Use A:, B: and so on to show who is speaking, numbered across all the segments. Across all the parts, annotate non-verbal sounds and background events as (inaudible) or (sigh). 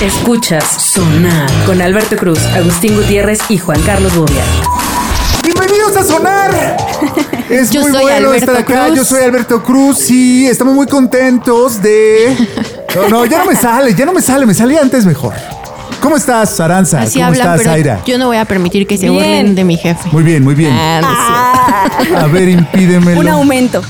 A: Escuchas Sonar con Alberto Cruz, Agustín Gutiérrez y Juan Carlos Bobia.
B: Bienvenidos a
C: (laughs)
B: Sonar. Es
C: Yo
B: muy
C: soy
B: bueno
C: Alberto
B: estar acá.
C: Cruz.
B: Yo soy Alberto Cruz y estamos muy contentos
C: (laughs)
B: de. No, no, ya no me sale, ya no me sale, me salía antes mejor. ¿Cómo estás, Aranza?
C: Así
B: ¿Cómo
C: hablan,
B: estás,
C: pero
B: Zaira?
C: yo no voy a permitir que se
D: Bien.
C: burlen de mi jefe.
B: Muy bien, muy bien.
C: Ah, no es cierto.
B: A ver,
C: (laughs)
D: Un
B: impídemelo.
D: aumento.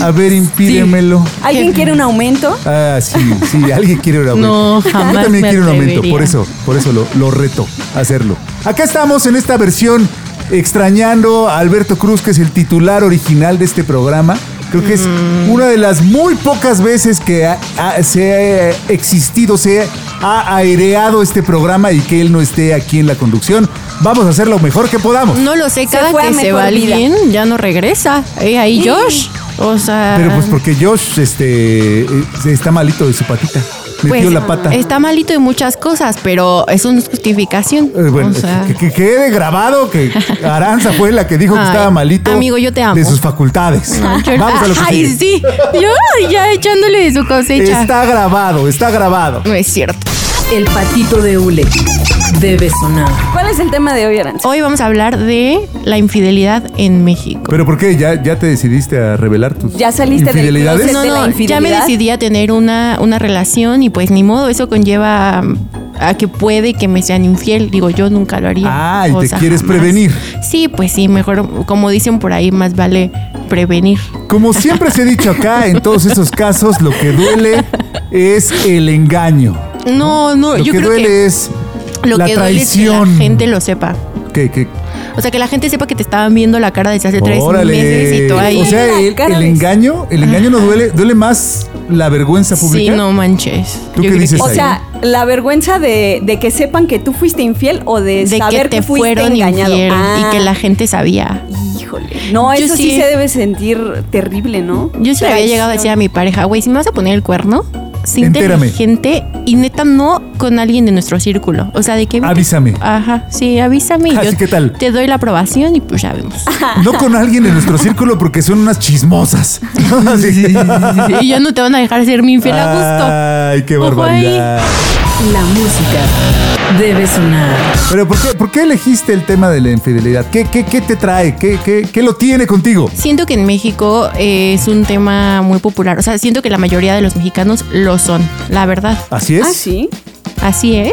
B: A ver, impídemelo.
D: ¿Alguien
C: Qué-
D: quiere un aumento?
B: Ah, sí, sí, alguien quiere un aumento.
C: No, jamás
B: Yo también
C: me
B: quiero un aumento,
C: atrevería.
B: por eso, por eso lo, lo reto a hacerlo. Acá estamos en esta versión extrañando a Alberto Cruz, que es el titular original de este programa. Creo que es
C: Mm.
B: una de las muy pocas veces que ha- ha- se ha eh, existido, se ha aireado este programa y que él no esté aquí en la conducción. Vamos a hacer lo mejor que podamos.
C: No lo sé, cada
D: fue a
C: que se
D: mejor
C: va
D: vida.
C: alguien ya no regresa. Eh, ahí Josh. O sea.
B: Pero pues porque Josh este, eh, está malito de su patita. Metió
C: pues,
B: la pata.
C: Está malito de muchas cosas, pero es una justificación.
B: Eh, bueno,
C: o sea,
B: que, que quede grabado que Aranza fue la que dijo que
C: Ay,
B: estaba malito.
C: amigo, yo te amo.
B: De sus
C: (laughs)
B: facultades.
C: yo-
B: Vamos a lo que
C: Ay,
B: sigue.
C: sí. Yo ya echándole de su cosecha.
B: Está grabado, está grabado.
C: No es cierto.
A: El patito de Ule debe sonar.
D: ¿Cuál es el tema de hoy, Aranza?
C: Hoy vamos a hablar de la infidelidad en México.
B: ¿Pero por qué? ¿Ya, ya te decidiste a revelar tus
D: Ya saliste del
B: infidelidades?
D: closet.
C: no,
D: de
C: no,
D: la
C: ya me
D: infidelidad?
C: decidí a tener una, una relación y pues ni modo, eso conlleva mm, a que puede que me sean infiel. Digo, yo nunca lo haría.
B: Ah, y te quieres prevenir.
C: Sí, pues sí, mejor, como dicen por ahí, más vale prevenir.
B: Como siempre se ha dicho acá, en todos esos casos, lo que duele es el engaño.
C: No, no,
B: Lo
C: yo
B: que
C: creo
B: duele
C: que
B: es
C: lo
B: la
C: que duele es que
B: traición.
C: la gente lo sepa.
B: Que- que-
C: O sea, que la gente sepa que te estaban viendo la cara desde hace tres meses y
B: Órale.
C: tú ahí.
B: O sea, el,
D: Cara
B: el
D: de-
B: engaño, el engaño no duele, duele más la vergüenza
C: sí,
B: pública.
C: no manches.
B: ¿Tú qué
C: creo que-
B: dices
D: O
B: ahí.
D: sea, la vergüenza de, de que sepan que tú fuiste infiel o de,
C: de
D: saber
C: que te
D: fuiste
C: fueron
D: engañado.
C: infiel
D: Ah,
C: y que la gente sabía.
D: Híjole. No,
C: Yo
D: eso sí.
C: sí.
D: se debe sentir terrible, ¿no?
C: Yo sí le había
D: Traición.
C: llegado a decir a mi pareja, güey, si me vas a poner el cuerno, sé
B: Entérame.
C: inteligente y neta no con alguien de nuestro círculo. O sea, de que...
B: Avísame.
C: Ajá, sí, avísame. y
B: Así, ¿qué tal?
C: Te doy la aprobación y pues ya
B: (laughs)
C: vemos.
B: No con alguien de nuestro círculo porque son unas chismosas. Así.
C: y ya no te van a dejar ser mi infiel a gusto.
B: Ay, qué
C: Ojo ahí.
B: barbaridad.
A: La música debe sonar.
B: Pero ¿por qué, por qué elegiste el tema de la infidelidad? ¿Qué, qué, qué te trae? ¿Qué, qué, qué lo tiene contigo?
C: Siento que en México eh, es un tema muy popular. O sea, siento que la mayoría de los mexicanos lo son, la verdad.
B: Así es.
D: Ah, sí.
C: Así es.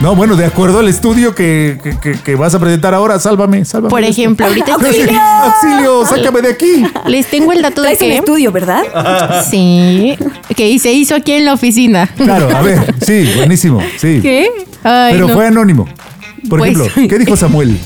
B: No, bueno, de acuerdo al estudio que, que- que- que vas a presentar ahora, sálvame, sálvame. (laughs)
C: Por ejemplo, ahorita
B: ¡Auxilio! ¡Auxilio! ¡Sácame de aquí!
C: les tengo el dato de
D: Traes un
C: que...
D: estudio, ¿verdad?
B: Ah,
C: Sí, que se hizo aquí en la oficina.
B: Claro, a ver, sí, buenísimo, sí.
C: ¿Qué? Ay,
B: Pero
C: no.
B: fue anónimo. Por
C: Pues-
B: ejemplo, ¿qué dijo Samuel?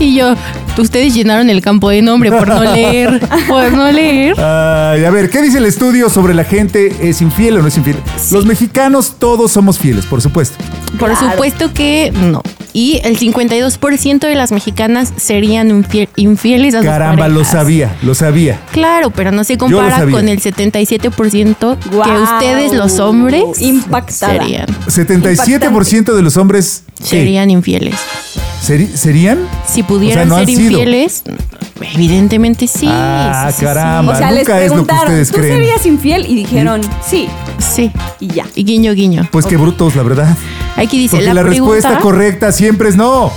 C: Y yo, ustedes llenaron el campo de nombre por no
D: (laughs)
C: leer, por no leer.
B: Ay, a ver, ¿qué dice el estudio sobre la gente? ¿Es infiel o no es infiel? Los mexicanos todos somos fieles, por supuesto.
C: Por supuesto que no. Y el 52% de las mexicanas serían infie- infieles a sus
B: Caramba, lo
C: parejas.
B: sabía, lo sabía.
C: Claro, pero no se
B: lo
C: compara
B: sabía.
C: con el 77% que
D: Guau.
C: ustedes los hombres
D: Impactada.
C: serían,
B: 77% de los hombres ¿qué?
C: serían infieles.
B: Seri- serían.
C: Si pudieran
B: no han
C: ser
B: sido.
C: infieles, evidentemente sí.
B: Ah,
C: sí, sí, sí.
B: caramba.
D: O sea, les
B: nunca es lo que
D: preguntaron,
B: ustedes
D: ¿tú
B: creen. Mm.
D: serías infiel? Y dijeron, sí,
C: Sí.
D: y ya.
C: Y guiño, guiño.
B: Pues qué brutos, la verdad.
C: Aquí dice
B: Porque la,
C: la, pregunta,
B: respuesta correcta siempre es no.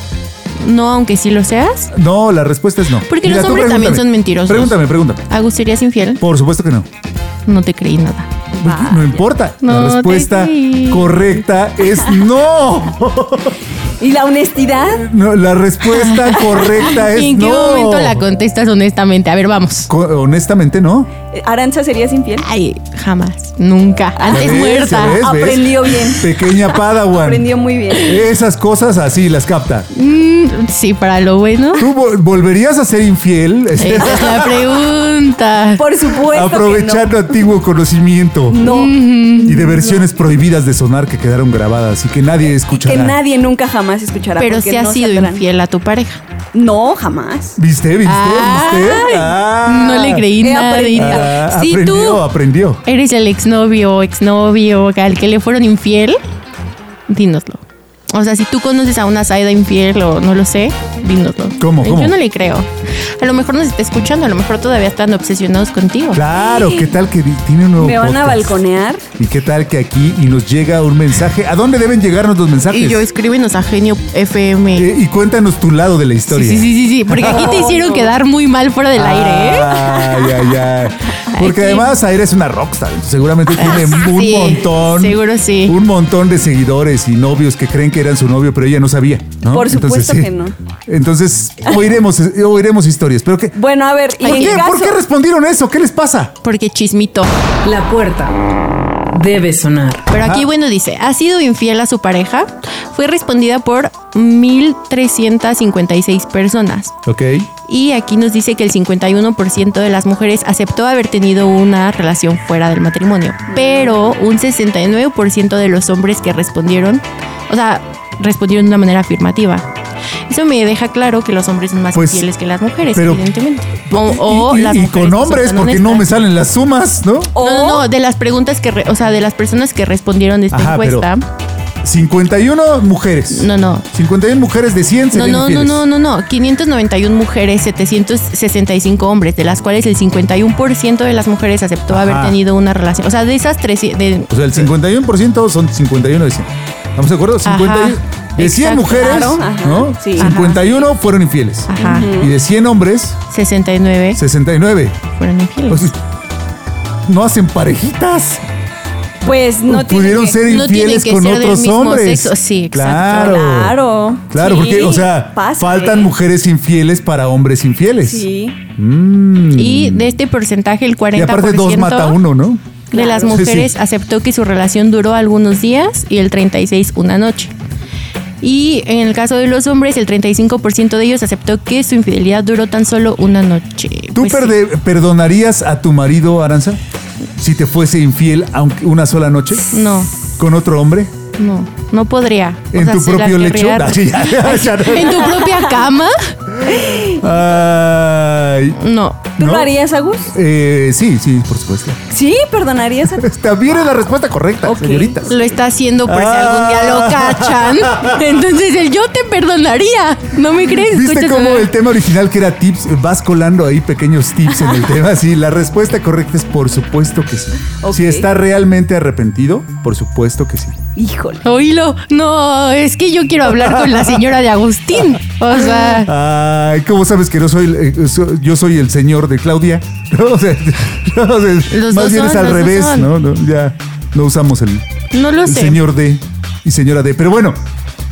C: No, aunque sí lo seas.
B: No, la respuesta es no.
C: Porque los
B: tú
C: hombres también
B: pregúntame.
C: son mentirosos.
B: Pregúntame, pregúntame.
C: Agus, ¿serías infiel?
B: Por supuesto que no. Pues,
C: No te creí nada.
B: No importa.
C: No
B: la
C: te
B: respuesta
C: creí.
B: correcta es no. (laughs)
D: ¿Y la honestidad?
B: No, La
C: (laughs)
B: respuesta correcta es
C: ¿Y en qué
B: no.
C: momento la contestas honestamente? A ver, vamos.
B: Co- Honestamente, no.
D: ¿Aranza serías infiel?
C: Ay, jamás, nunca. Antes
B: ves?
C: muerta.
B: ¿Ya ves?
D: Ah, Aprendió bien.
B: Pequeña Padawan.
D: Aprendió muy bien.
B: Esas cosas así las capta.
C: Mm, sí, para
B: (laughs)
C: lo bueno.
B: ¿Tú vol- volverías a ser infiel?
C: Esa
D: (laughs)
C: es la pregunta.
D: Por supuesto
B: Aprovechando antiguo conocimiento
D: que no. No,
B: y de versiones prohibidas de sonar que quedaron grabadas y que nadie
D: que
B: escuchará.
D: nadie nunca jamás escuchará.
C: Pero
D: porque
C: si has
D: no se
C: sido
D: atreverán.
C: infiel a tu pareja.
D: No, jamás.
B: ¿Viste? ¿Viste? ¿Viste?
C: Ay,
B: Ah.
C: no le creí
D: he
C: nada.
D: aprendido.
B: Ah,
C: idiota. Si
B: aprendió,
C: tú
B: aprendió.
C: eres el exnovio o exnovio al que le fueron infiel, dínoslo. O sea, si tú conoces a una Saida infiel o no lo sé, dínoslo. Eh,
B: ¿Cómo,
C: Yo
B: cómo?
C: no le creo. A lo mejor nos está escuchando, a lo mejor todavía están obsesionados contigo.
B: Claro, ¿qué tal que di- tiene un nuevo
D: ¿Me van a
B: podcast?
D: balconear?
B: ¿Y qué tal que aquí y nos llega un mensaje? ¿A dónde deben llegarnos los mensajes?
C: Y yo escríbenos a Genio FM.
B: Eh, y cuéntanos tu lado de la
C: Sí,
B: historia. Ah.
C: sí, sí, sí, sí,
B: (laughs)
C: porque aquí te hicieron quedar muy mal fuera del aire, ¿eh?
B: Ay, ay,
C: (laughs)
B: ay. Porque
C: Aquí.
B: además Aire es una rockstar. entonces Seguramente tiene un
C: (laughs) sí,
B: montón.
C: seguro sí.
B: Un montón de seguidores y novios que creen que eran su novio, pero ella no sabía. ¿no?
D: Por supuesto
B: Entonces, sí.
D: que no.
B: Entonces, oiremos, eh, oiremos historias. Pero qué,
D: Bueno, a ver, y
B: ¿Por
D: en
B: qué?
D: caso...
B: ¿Por qué respondieron eso? ¿Qué les pasa?
C: Porque chismito.
A: La puerta debe sonar.
C: Pero
B: Ajá.
C: aquí, bueno, dice, ha sido infiel a su pareja. Fue respondida por 1.356 personas.
B: Ok.
C: Y aquí nos dice que el 51% de las mujeres aceptó haber tenido una relación fuera del matrimonio. Pero un 69% de los hombres que respondieron, o sea, respondieron de una manera afirmativa. Eso me deja claro que los hombres son más
B: Pues,
C: infieles que las mujeres,
B: pero-
C: evidentemente. O, o
B: y, y-
C: Oh, las
B: y
C: mujeres
B: con
C: no son
B: hombres,
C: tan
B: porque no me
C: honestas.
B: salen las sumas, ¿no?
D: O-
C: No, no, no, de las preguntas que, re- o sea, de las personas que respondieron de esta
B: Ajá, pero-
C: encuesta.
B: 51 mujeres.
C: No, no.
B: 51 mujeres de 100
C: No,
B: serían
C: no, no,
B: infieles.
C: no, no, no. 591 mujeres, 765 hombres, de las cuales el 51% de las mujeres aceptó
B: Ajá.
C: haber tenido una relación. O sea, de esas tres... De,
B: O sea, el 51% son 51 de 100. ¿Estamos de acuerdo? 51
C: Ajá.
B: de 100
C: Exacto.
B: mujeres,
D: Claro, ajá,
B: ¿no?
D: sí.
B: 51 fueron infieles.
C: ajá,
B: Y de 100 hombres,
C: 69
B: 69.
C: fueron infieles.
B: O sea, no hacen parejitas.
D: Pues no tiene
B: Pudieron
D: que-
B: ser
C: no tiene
B: infieles
C: que
B: con
C: ser del
B: otros
C: mismo
B: hombres.
C: sexo. Sí, exacto.
B: Claro.
D: Claro.
B: Claro,
D: Sí,
B: porque, o sea,
D: pasa,
B: faltan
D: ¿eh?
B: mujeres infieles para hombres infieles.
D: Sí.
B: Mm.
C: Y de este porcentaje, el 40%
B: Y aparte dos mata uno, ¿no?
C: de
B: Claro.
C: las
B: Sí,
C: mujeres
B: sí.
C: aceptó que su relación duró algunos días y el 36 una noche. Y en el caso de los hombres, el 35% de ellos aceptó que su infidelidad duró tan solo una noche.
B: ¿Tú
C: Pues sí.
B: perde- perdonarías a tu marido, Aranza, si te fuese infiel aunque una sola noche?
C: No,
B: ¿Con otro hombre?
C: no, no podría. O
B: ¿En
C: sea,
B: tu
C: se la
B: propio lecho?
C: querría-
B: Ah, (laughs) sí, ya, ya, ya,
C: (laughs) ¿En tu propia cama?
B: ya. Ay,
C: No.
D: ¿Tú
B: ¿no?
D: lo harías, Agus?
B: Eh, sí, sí, por supuesto.
D: Sí, perdonarías
B: (laughs)
D: a
B: También es la respuesta correcta,
D: Ok.
B: señoritas.
C: Lo está haciendo por si algún día lo
B: Ah.
C: cachan. Entonces el yo te perdonaría. ¿No me crees?
B: ¿Viste
C: Escuchas-
B: cómo el tema original que era tips, vas colando ahí pequeños tips en
C: (laughs)
B: el tema? Sí, la respuesta correcta es por supuesto que sí.
D: Ok.
B: Si está realmente arrepentido, por supuesto que sí.
D: Híjole.
C: Oílo, no, es que yo quiero hablar con la señora de Agustín. O sea,
B: Ay, ¿cómo sabes que no soy, el- eh, so- yo soy el señor de Claudia? (laughs) No, o sea, no, o sea,
C: Los
B: más
C: dos
B: bien
C: son,
B: es al
C: los dos
B: revés,
C: son.
B: ¿no? No, Ya no usamos el,
C: no lo
B: el
C: sé.
B: señor D y señora D. Pero bueno,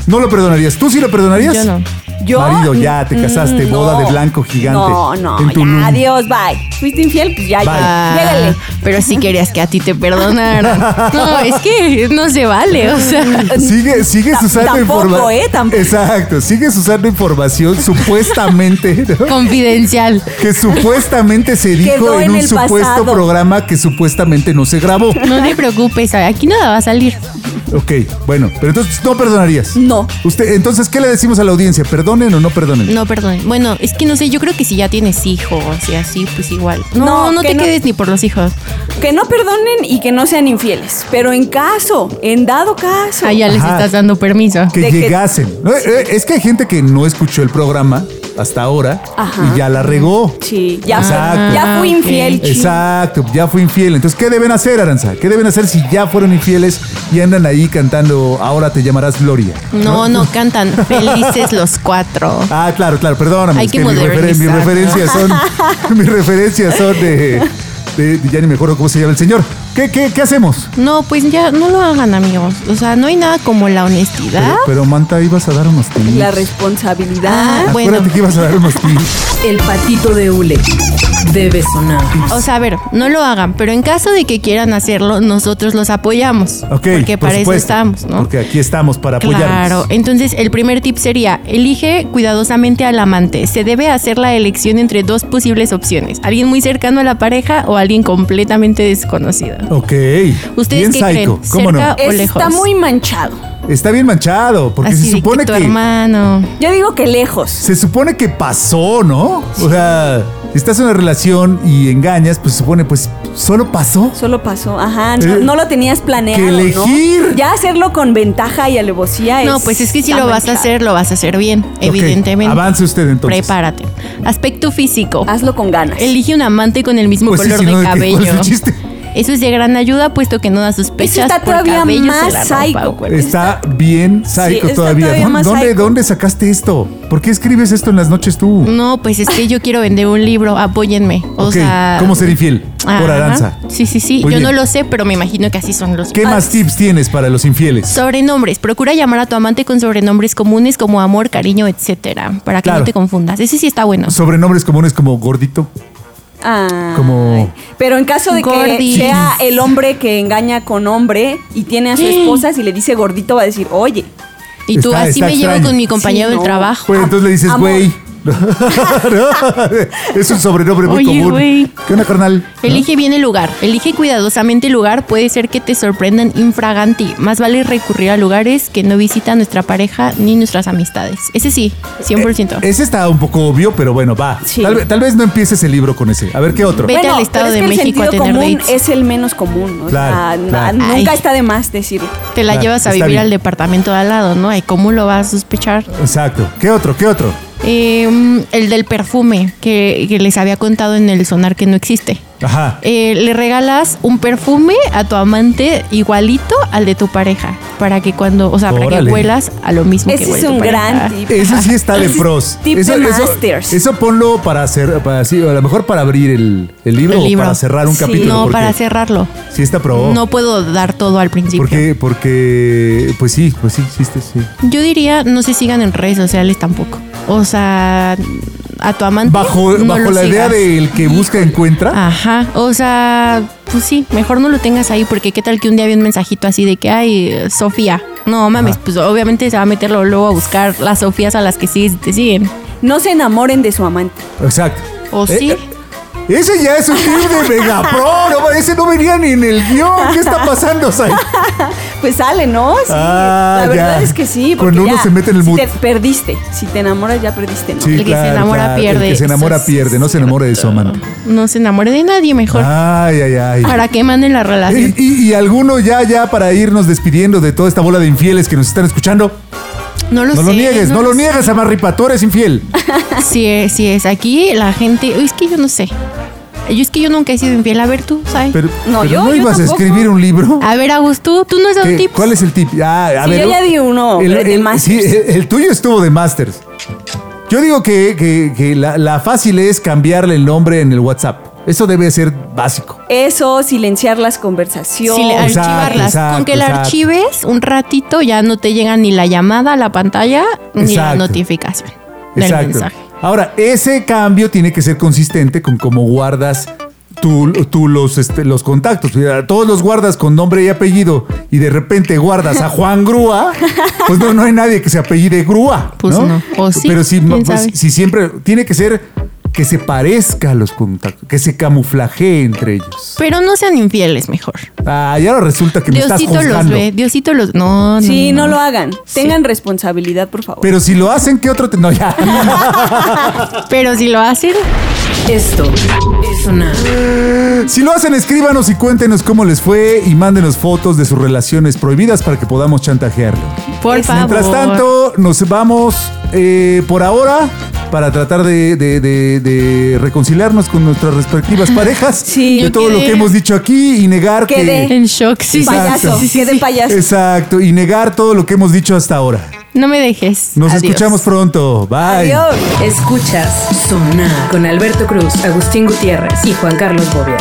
B: no lo perdonarías. ¿Tú sí lo perdonarías?
C: Yo no.
D: Yo.
B: Marido, ya te casaste,
D: Mm,
B: boda
D: no.
B: de blanco gigante.
D: No, no.
B: en Tulum.
D: Ya, adiós, bye. Fuiste infiel, pues ya,
B: Bye.
D: ya.
C: Ah,
D: Llégale.
C: pero sí querías que a ti te perdonaran. No, es que no se vale, o sea.
B: Ah. Sigue, sigues
D: Ta-
B: usando
D: tampoco,
B: información.
D: ¿eh? Tampoco.
B: Exacto, sigues usando información supuestamente, (laughs) ¿no?
C: Confidencial.
B: Que supuestamente se dijo
D: Quedó
B: en
D: en
B: un
D: el
B: supuesto
D: pasado.
B: programa que supuestamente no se grabó.
C: No te preocupes, aquí nada va a salir.
B: Ok, bueno, pero entonces no perdonarías.
D: No.
B: Usted, entonces, ¿qué le decimos a la audiencia? ¿Perdonen o no perdonen?
C: No, perdón. Bueno, es que no sé, yo creo que si ya tienes hijos y así, pues igual. No,
D: No,
C: no,
D: que
C: te
D: no.
C: quedes ni por los hijos.
D: Que no perdonen y que no sean infieles. Pero en caso, en dado caso.
C: Ah, ya les
B: Ajá.
C: estás dando permiso.
B: Que
D: de que-
B: llegasen. No, eh, es que hay gente que no escuchó el programa hasta ahora
D: Ajá.
B: y ya la regó.
D: Sí, ya,
B: Exacto.
D: ya fui
C: Ah, ok.
D: infiel. ching.
B: Exacto, ya fue infiel. Entonces, ¿qué deben hacer, Aranza? ¿Qué deben hacer si ya fueron infieles y andan ahí cantando Ahora te llamarás Gloria?
C: No, no cantan
B: (laughs)
C: felices los cuatro.
B: Ah, claro, claro, perdóname.
C: Hay
B: es
C: que
B: mis,
C: modernizar,
B: mis
C: ¿no?
B: referencias
C: (laughs)
B: son. (laughs) mis referencias son de, de- Ya ni me acuerdo cómo se llama el señor. ¿Qué, qué, qué hacemos?
C: No, pues ya no lo hagan, amigos. O sea, no hay nada como la honestidad.
B: Pero, pero, Manta, ibas a dar unos tips.
D: La responsabilidad.
C: Ah,
B: Acuérdate
C: bueno.
B: que ibas a dar unos tips.
A: El patito de hule debe sonar.
C: O sea, a ver, no lo hagan, pero en caso de que quieran hacerlo, nosotros los apoyamos.
B: Ok.
C: porque
B: por
C: para eso
B: supuesto,
C: estamos, ¿no?
B: Porque aquí estamos para apoyarnos.
C: Claro, entonces el primer tip sería, elige cuidadosamente al amante. Se debe hacer la elección entre dos posibles opciones, alguien muy cercano a la pareja o alguien completamente desconocido.
B: Ok. Bien
C: ¿Ustedes qué
B: psycho,
C: creen?
B: ¿Cómo no?
C: ¿Cerca Ah, o
D: Está
C: lejos.
D: muy manchado.
B: Está bien manchado, porque
C: Así
B: se supone
C: de que tu
B: que
C: hermano.
D: Yo digo que lejos.
B: se supone que pasó, ¿no? O sea, estás en una relación y engañas, pues se supone, pues solo pasó.
D: Solo pasó, ajá, no,
B: Eh,
D: no lo tenías planeado.
B: que
D: ¿no?
B: elegir.
D: Ya hacerlo con ventaja y alevosía
C: No, pues es que si lo vas a
D: manchar.
C: hacer, lo vas a hacer bien, evidentemente.
B: avance usted, entonces.
C: Prepárate. Aspecto físico.
D: Hazlo con ganas.
C: Elige un amante con oh, el mismo
B: Pues sí,
C: color
B: si no,
C: de
B: ¿de qué? ¿Cuál es el
C: cabello.
B: chiste?
C: Eso es de gran ayuda, puesto que no da
D: Eso
C: sospechas
D: está
C: por
D: todavía
C: cabellos o
D: más
C: la ropa
D: psycho.
C: o cuerpo.
B: Está bien psycho
D: está
B: todavía.
D: todavía
B: ¿Dónde,
D: más
B: dónde-
D: psycho.
B: dónde sacaste esto? ¿Por qué escribes esto en las noches tú?
C: No, pues es que yo quiero vender un libro, apóyenme. O
B: Ok,
C: sea,
B: ¿Cómo ser infiel? Por
C: ajá.
B: Aranza.
C: Sí, sí, sí.
B: Muy
C: yo
B: bien.
C: no lo Ah, sé, pero me imagino que así son los.
B: ¿Qué más tips tienes para los infieles?
C: Sobrenombres. Procura llamar a tu amante con sobrenombres comunes como amor, cariño, etcétera, para que
B: Claro.
C: no te confundas. Ese sí está bueno.
B: Sobrenombres comunes como gordito.
D: Ay.
B: Como-
D: Ah. Pero en caso de
C: Gordi.
D: que sea el hombre que engaña con hombre y tiene a su esposa, si le dice gordito, va a decir, oye,
C: Y tú,
B: Está-
C: así
B: está
C: me llevo
B: extraño.
C: con mi compañero
D: Sí,
C: del
D: no.
C: trabajo.
B: Pues entonces le dices,
D: amor.
B: güey. (laughs) No, es un sobrenombre muy
C: Oye,
B: común.
C: güey.
B: ¿Qué onda, carnal?
C: Elige bien el lugar. Elige cuidadosamente el lugar. Puede ser que te sorprendan infraganti. Más vale recurrir a lugares que no visita nuestra pareja ni nuestras amistades. Ese sí, 100%.
B: Eh, Ese está un poco obvio, pero bueno, va.
D: Sí.
B: Tal, ve- tal vez no empieces el libro con ese. A ver, ¿qué otro?
C: Vete
D: bueno,
C: al Estado
D: pero es
C: de
D: que el
C: México a
D: sentido
C: tener
D: común
C: dates.
D: es el menos común. ¿no? O sea,
B: Claro,
D: na-
B: claro.
D: nunca
C: Ay.
D: está de más decirlo.
C: Te la
B: Claro,
C: llevas a
B: está
C: vivir
B: bien.
C: al departamento de al lado, ¿no? Ay, ¿Cómo lo vas a sospechar?
B: Exacto. ¿Qué otro? ¿Qué otro?
C: Eh, el del perfume que, que les había contado en el sonar que no existe.
B: Ajá.
C: Eh, le regalas un perfume a tu amante igualito al de tu pareja. Para que cuando, o sea, para
B: Órale.
C: que huelas a lo mismo que
D: Ese
C: huele
D: es
C: tu
D: un
C: pareja.
D: gran tip.
B: Eso sí está de
D: Ese es
B: pros.
D: tip de
B: eso, eso,
D: masters.
B: eso ponlo para hacer, para, sí, a lo mejor para abrir el, el libro
C: El
B: o
C: libro.
B: para cerrar un
D: Sí.
B: capítulo.
C: No,
B: porque
C: para cerrarlo.
B: Sí está pro.
C: No pues, puedo dar todo al principio.
B: porque, porque, pues sí, pues sí, sí, sí, sí.
C: Yo diría, no se sigan en redes sociales tampoco. O sea, a tu amante.
B: Bajo,
C: no
B: bajo
C: lo
B: la idea
C: sigas. Ah.
B: del que busca encuentra.
C: Ajá, o sea, pues sí, mejor no lo tengas ahí porque qué tal que un día vi un mensajito así de que, ay, Sofía. No mames, pues obviamente se va a meterlo luego a buscar las Sofías a las que sigues y te siguen.
D: No se enamoren de su amante.
B: Exacto.
C: ¿O
B: Eh,
C: sí?
B: eh, Ese ya es un tip
C: (laughs)
B: de Megapro, no, ese no venía ni en el guión. ¿Qué está pasando,
C: (laughs)
B: Sai?
D: Pues sale, ¿no? Sí,
B: Ah,
D: la verdad
B: ya.
D: es que sí.
B: Con
D: porque
B: uno
D: ya,
B: se mete en el
D: si
B: mood.
D: te perdiste. Si te enamoras, ya perdiste, ¿no?
B: Sí,
C: El que se enamora pierde.
B: El que se enamora
C: Eso es
B: pierde, no se enamore de su amante.
C: No se enamore de nadie mejor.
B: Ay, ay, ay.
C: Para que manden la relación.
B: Y, y- y alguno ya, ya para irnos despidiendo de toda esta bola de infieles que nos están escuchando.
C: No lo
B: No
C: sé.
B: lo niegues, no, lo
C: sé.
B: niegues, Amarripa, tú eres infiel.
C: (laughs) Sí es, sí es. Aquí la gente, es que yo no sé. Yo es que yo nunca he sido infiel. A ver tú, ¿sabes?
B: Pero
D: No,
B: pero
D: yo-
B: ¿no
D: yo
B: ibas a
D: tampoco.
B: escribir un libro.
C: a ver, Agus, tú, tú no has dado
B: ¿Qué?
C: tips.
B: ¿Cuál es el tip? Ah, a
D: Sí,
B: ver,
D: yo ya di uno
B: el,
D: de
B: el-
D: Masters.
B: sí, el- el tuyo estuvo de Masters. Yo digo que, que- que la, la fácil es cambiarle el nombre en el WhatsApp. Eso debe ser básico.
D: Eso, silenciar las conversaciones.
C: Sí, le-
B: Exacto,
C: archivarlas.
B: exacto,
C: Con que la
B: exacto.
C: archives un ratito, ya no te llega ni la llamada a la pantalla ni la
B: Exacto.
C: notificación del
B: Exacto.
C: mensaje.
B: Ahora, ese cambio tiene que ser consistente con cómo guardas tú, tú los, este, los contactos. Todos los guardas con nombre y apellido y de repente guardas
C: (laughs)
B: a Juan Grúa, pues no, no hay nadie que se apellide Grúa.
C: Pues no. O sí,
B: Pero si,
C: quién
B: pues,
C: sabe.
B: si siempre tiene que ser que se parezca a los contactos, que se camuflaje entre ellos.
C: Pero no sean infieles mejor.
B: Ah, y ahora resulta que me
C: Diosito
B: estás
C: los
B: juzgando.
C: ve, Diosito los no, no.
D: Sí, no lo
C: hagas.
D: hagan. Tengan responsabilidad, por favor.
B: Pero si lo hacen, ¿qué otro? te- No, ya.
C: Pero si lo hacen,
A: Esto es sonar.
B: Si lo hacen, escríbanos y cuéntenos cómo les fue y mándenos fotos de sus relaciones prohibidas para que podamos chantajearlo.
C: por favor.
B: Mientras tanto, nos vamos eh, por ahora para tratar de, de- de- de reconciliarnos con nuestras respectivas parejas
D: Sí,
B: de
C: yo
B: todo lo
C: quedé-
B: que hemos dicho aquí y negar que...
D: Quedé
C: en shock, sí, sí,
D: payaso,
C: sí, sí,
D: queden
C: sí.
D: payaso.
B: Exacto, y negar todo lo que hemos dicho hasta ahora.
C: No me dejes.
B: Nos
C: Adiós.
B: escuchamos pronto. Bye.
D: Adiós.
A: Escuchas Sonar con Alberto Cruz, Agustín Gutiérrez y Juan Carlos Bobia.